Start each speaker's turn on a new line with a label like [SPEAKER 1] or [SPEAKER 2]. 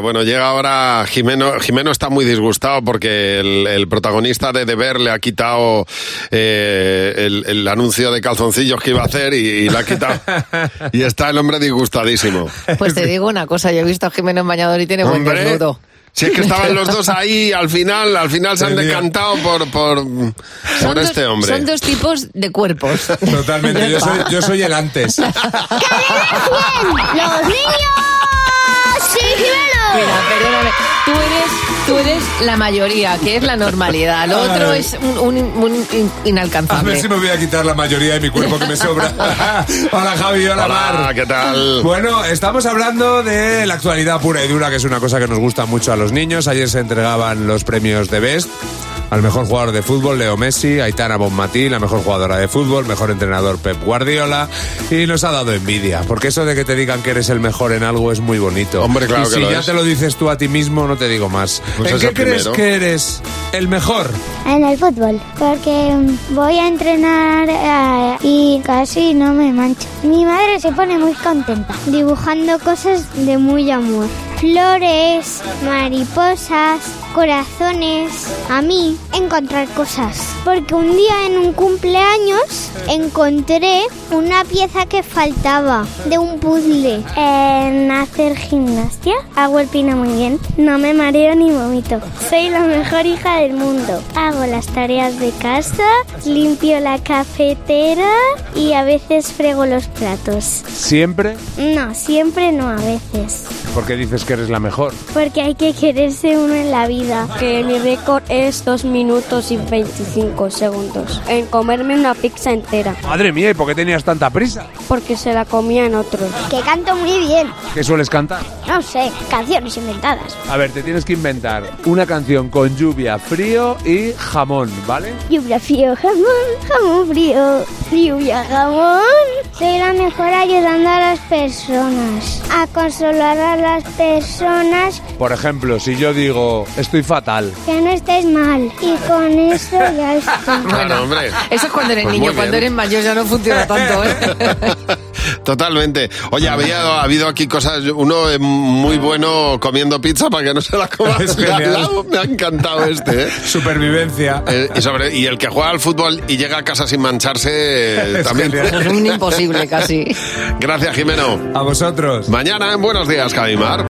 [SPEAKER 1] Bueno, llega ahora Jimeno. Jimeno está muy disgustado porque el, el protagonista de Deber le ha quitado eh, el, el anuncio de calzoncillos que iba a hacer y, y le ha quitado. Y está el hombre disgustadísimo.
[SPEAKER 2] Pues te digo una cosa, yo he visto a Jimeno en bañador y tiene buen
[SPEAKER 1] Hombre.
[SPEAKER 2] desnudo.
[SPEAKER 1] Si es que estaban los dos ahí, al final, al final se han decantado por, por, por
[SPEAKER 2] dos-
[SPEAKER 1] este hombre.
[SPEAKER 2] son dos tipos de cuerpos.
[SPEAKER 3] Totalmente, yo soy, yo soy el antes.
[SPEAKER 4] ¡Los niños! ¡Sí,
[SPEAKER 2] Mira, perdóname, tú eres, tú eres la mayoría, que es la normalidad. Lo otro
[SPEAKER 3] Ay.
[SPEAKER 2] es un, un- un in-
[SPEAKER 3] A
[SPEAKER 2] inalcanzable.
[SPEAKER 3] ver si me voy a quitar la mayoría de mi cuerpo que me sobra. hola Javi, hola,
[SPEAKER 1] Hola,
[SPEAKER 3] Mar.
[SPEAKER 1] ¿qué tal?
[SPEAKER 3] Bueno, estamos hablando de la actualidad pura y dura, que es una cosa que nos gusta mucho a los niños. Ayer se entregaban los premios de Best. Al mejor jugador de fútbol, Leo Messi, Aitana Bonmatí, la mejor jugadora de fútbol, mejor entrenador Pep Guardiola. Y nos ha dado envidia, porque eso de que te digan que eres el mejor en algo es muy bonito.
[SPEAKER 1] Hombre, claro
[SPEAKER 3] Y
[SPEAKER 1] que
[SPEAKER 3] si
[SPEAKER 1] lo
[SPEAKER 3] ya
[SPEAKER 1] es.
[SPEAKER 3] te lo dices tú a ti mismo, no te digo más.
[SPEAKER 1] Pues
[SPEAKER 3] ¿En
[SPEAKER 1] es el
[SPEAKER 3] qué crees
[SPEAKER 1] primero.
[SPEAKER 3] que eres el mejor?
[SPEAKER 4] En el fútbol, porque mm, voy a entrenar eh, y casi no me mancho. Mi madre se pone muy contenta dibujando cosas de muy amor. Flores, mariposas, corazones. A mí, encontrar cosas. Porque un día en un cumpleaños encontré una pieza que faltaba de un puzzle. En hacer gimnasia hago el pino muy bien. No me mareo ni vomito. Soy la mejor hija del mundo. Hago las tareas de casa, limpio la cafetera y a veces frego los platos.
[SPEAKER 3] Siempre,
[SPEAKER 4] No, siempre no, a veces.
[SPEAKER 3] porque dices que eres la mejor.
[SPEAKER 4] Porque hay que quererse uno en la vida.
[SPEAKER 5] Que mi récord es 2 minutos y 25 segundos en comerme una pizza entera,
[SPEAKER 3] Madre mía, ¿y por qué tenías tanta prisa?
[SPEAKER 5] porque se la comían otros.
[SPEAKER 4] Que canto muy bien.
[SPEAKER 3] ¿Qué sueles cantar?
[SPEAKER 4] No sé, canciones inventadas.
[SPEAKER 3] A ver, te tienes que inventar una canción con lluvia, frío y jamón, ¿vale?
[SPEAKER 4] Lluvia frío, jamón, jamón frío, lluvia jamón. Soy la mejor ayudando a las personas, a consolar a las personas
[SPEAKER 3] Por ejemplo, si yo digo estoy fatal,
[SPEAKER 4] que no estéis mal. Y con eso ya está.
[SPEAKER 1] Claro, hombre.
[SPEAKER 2] Eso es cuando eres
[SPEAKER 1] Pues muy
[SPEAKER 2] niño, cuando
[SPEAKER 1] bien.
[SPEAKER 2] eres mayor ya no funciona tanto, ¿eh?
[SPEAKER 1] Totalmente. Oye, había, ha habido aquí cosas. Uno es muy bueno comiendo pizza para que no se la coma.
[SPEAKER 3] Es
[SPEAKER 1] al
[SPEAKER 3] genial.
[SPEAKER 1] lado. Me ha encantado este. ¿eh?
[SPEAKER 3] supervivencia.
[SPEAKER 1] Eh, y, sobre, y el que juega al fútbol y llega a casa sin mancharse eh,
[SPEAKER 3] Es
[SPEAKER 1] también.
[SPEAKER 3] genial.
[SPEAKER 2] Es un imposible casi.
[SPEAKER 1] Gracias, Jimeno.
[SPEAKER 3] A vosotros.
[SPEAKER 1] Mañana en Buenos Días, Cabimar.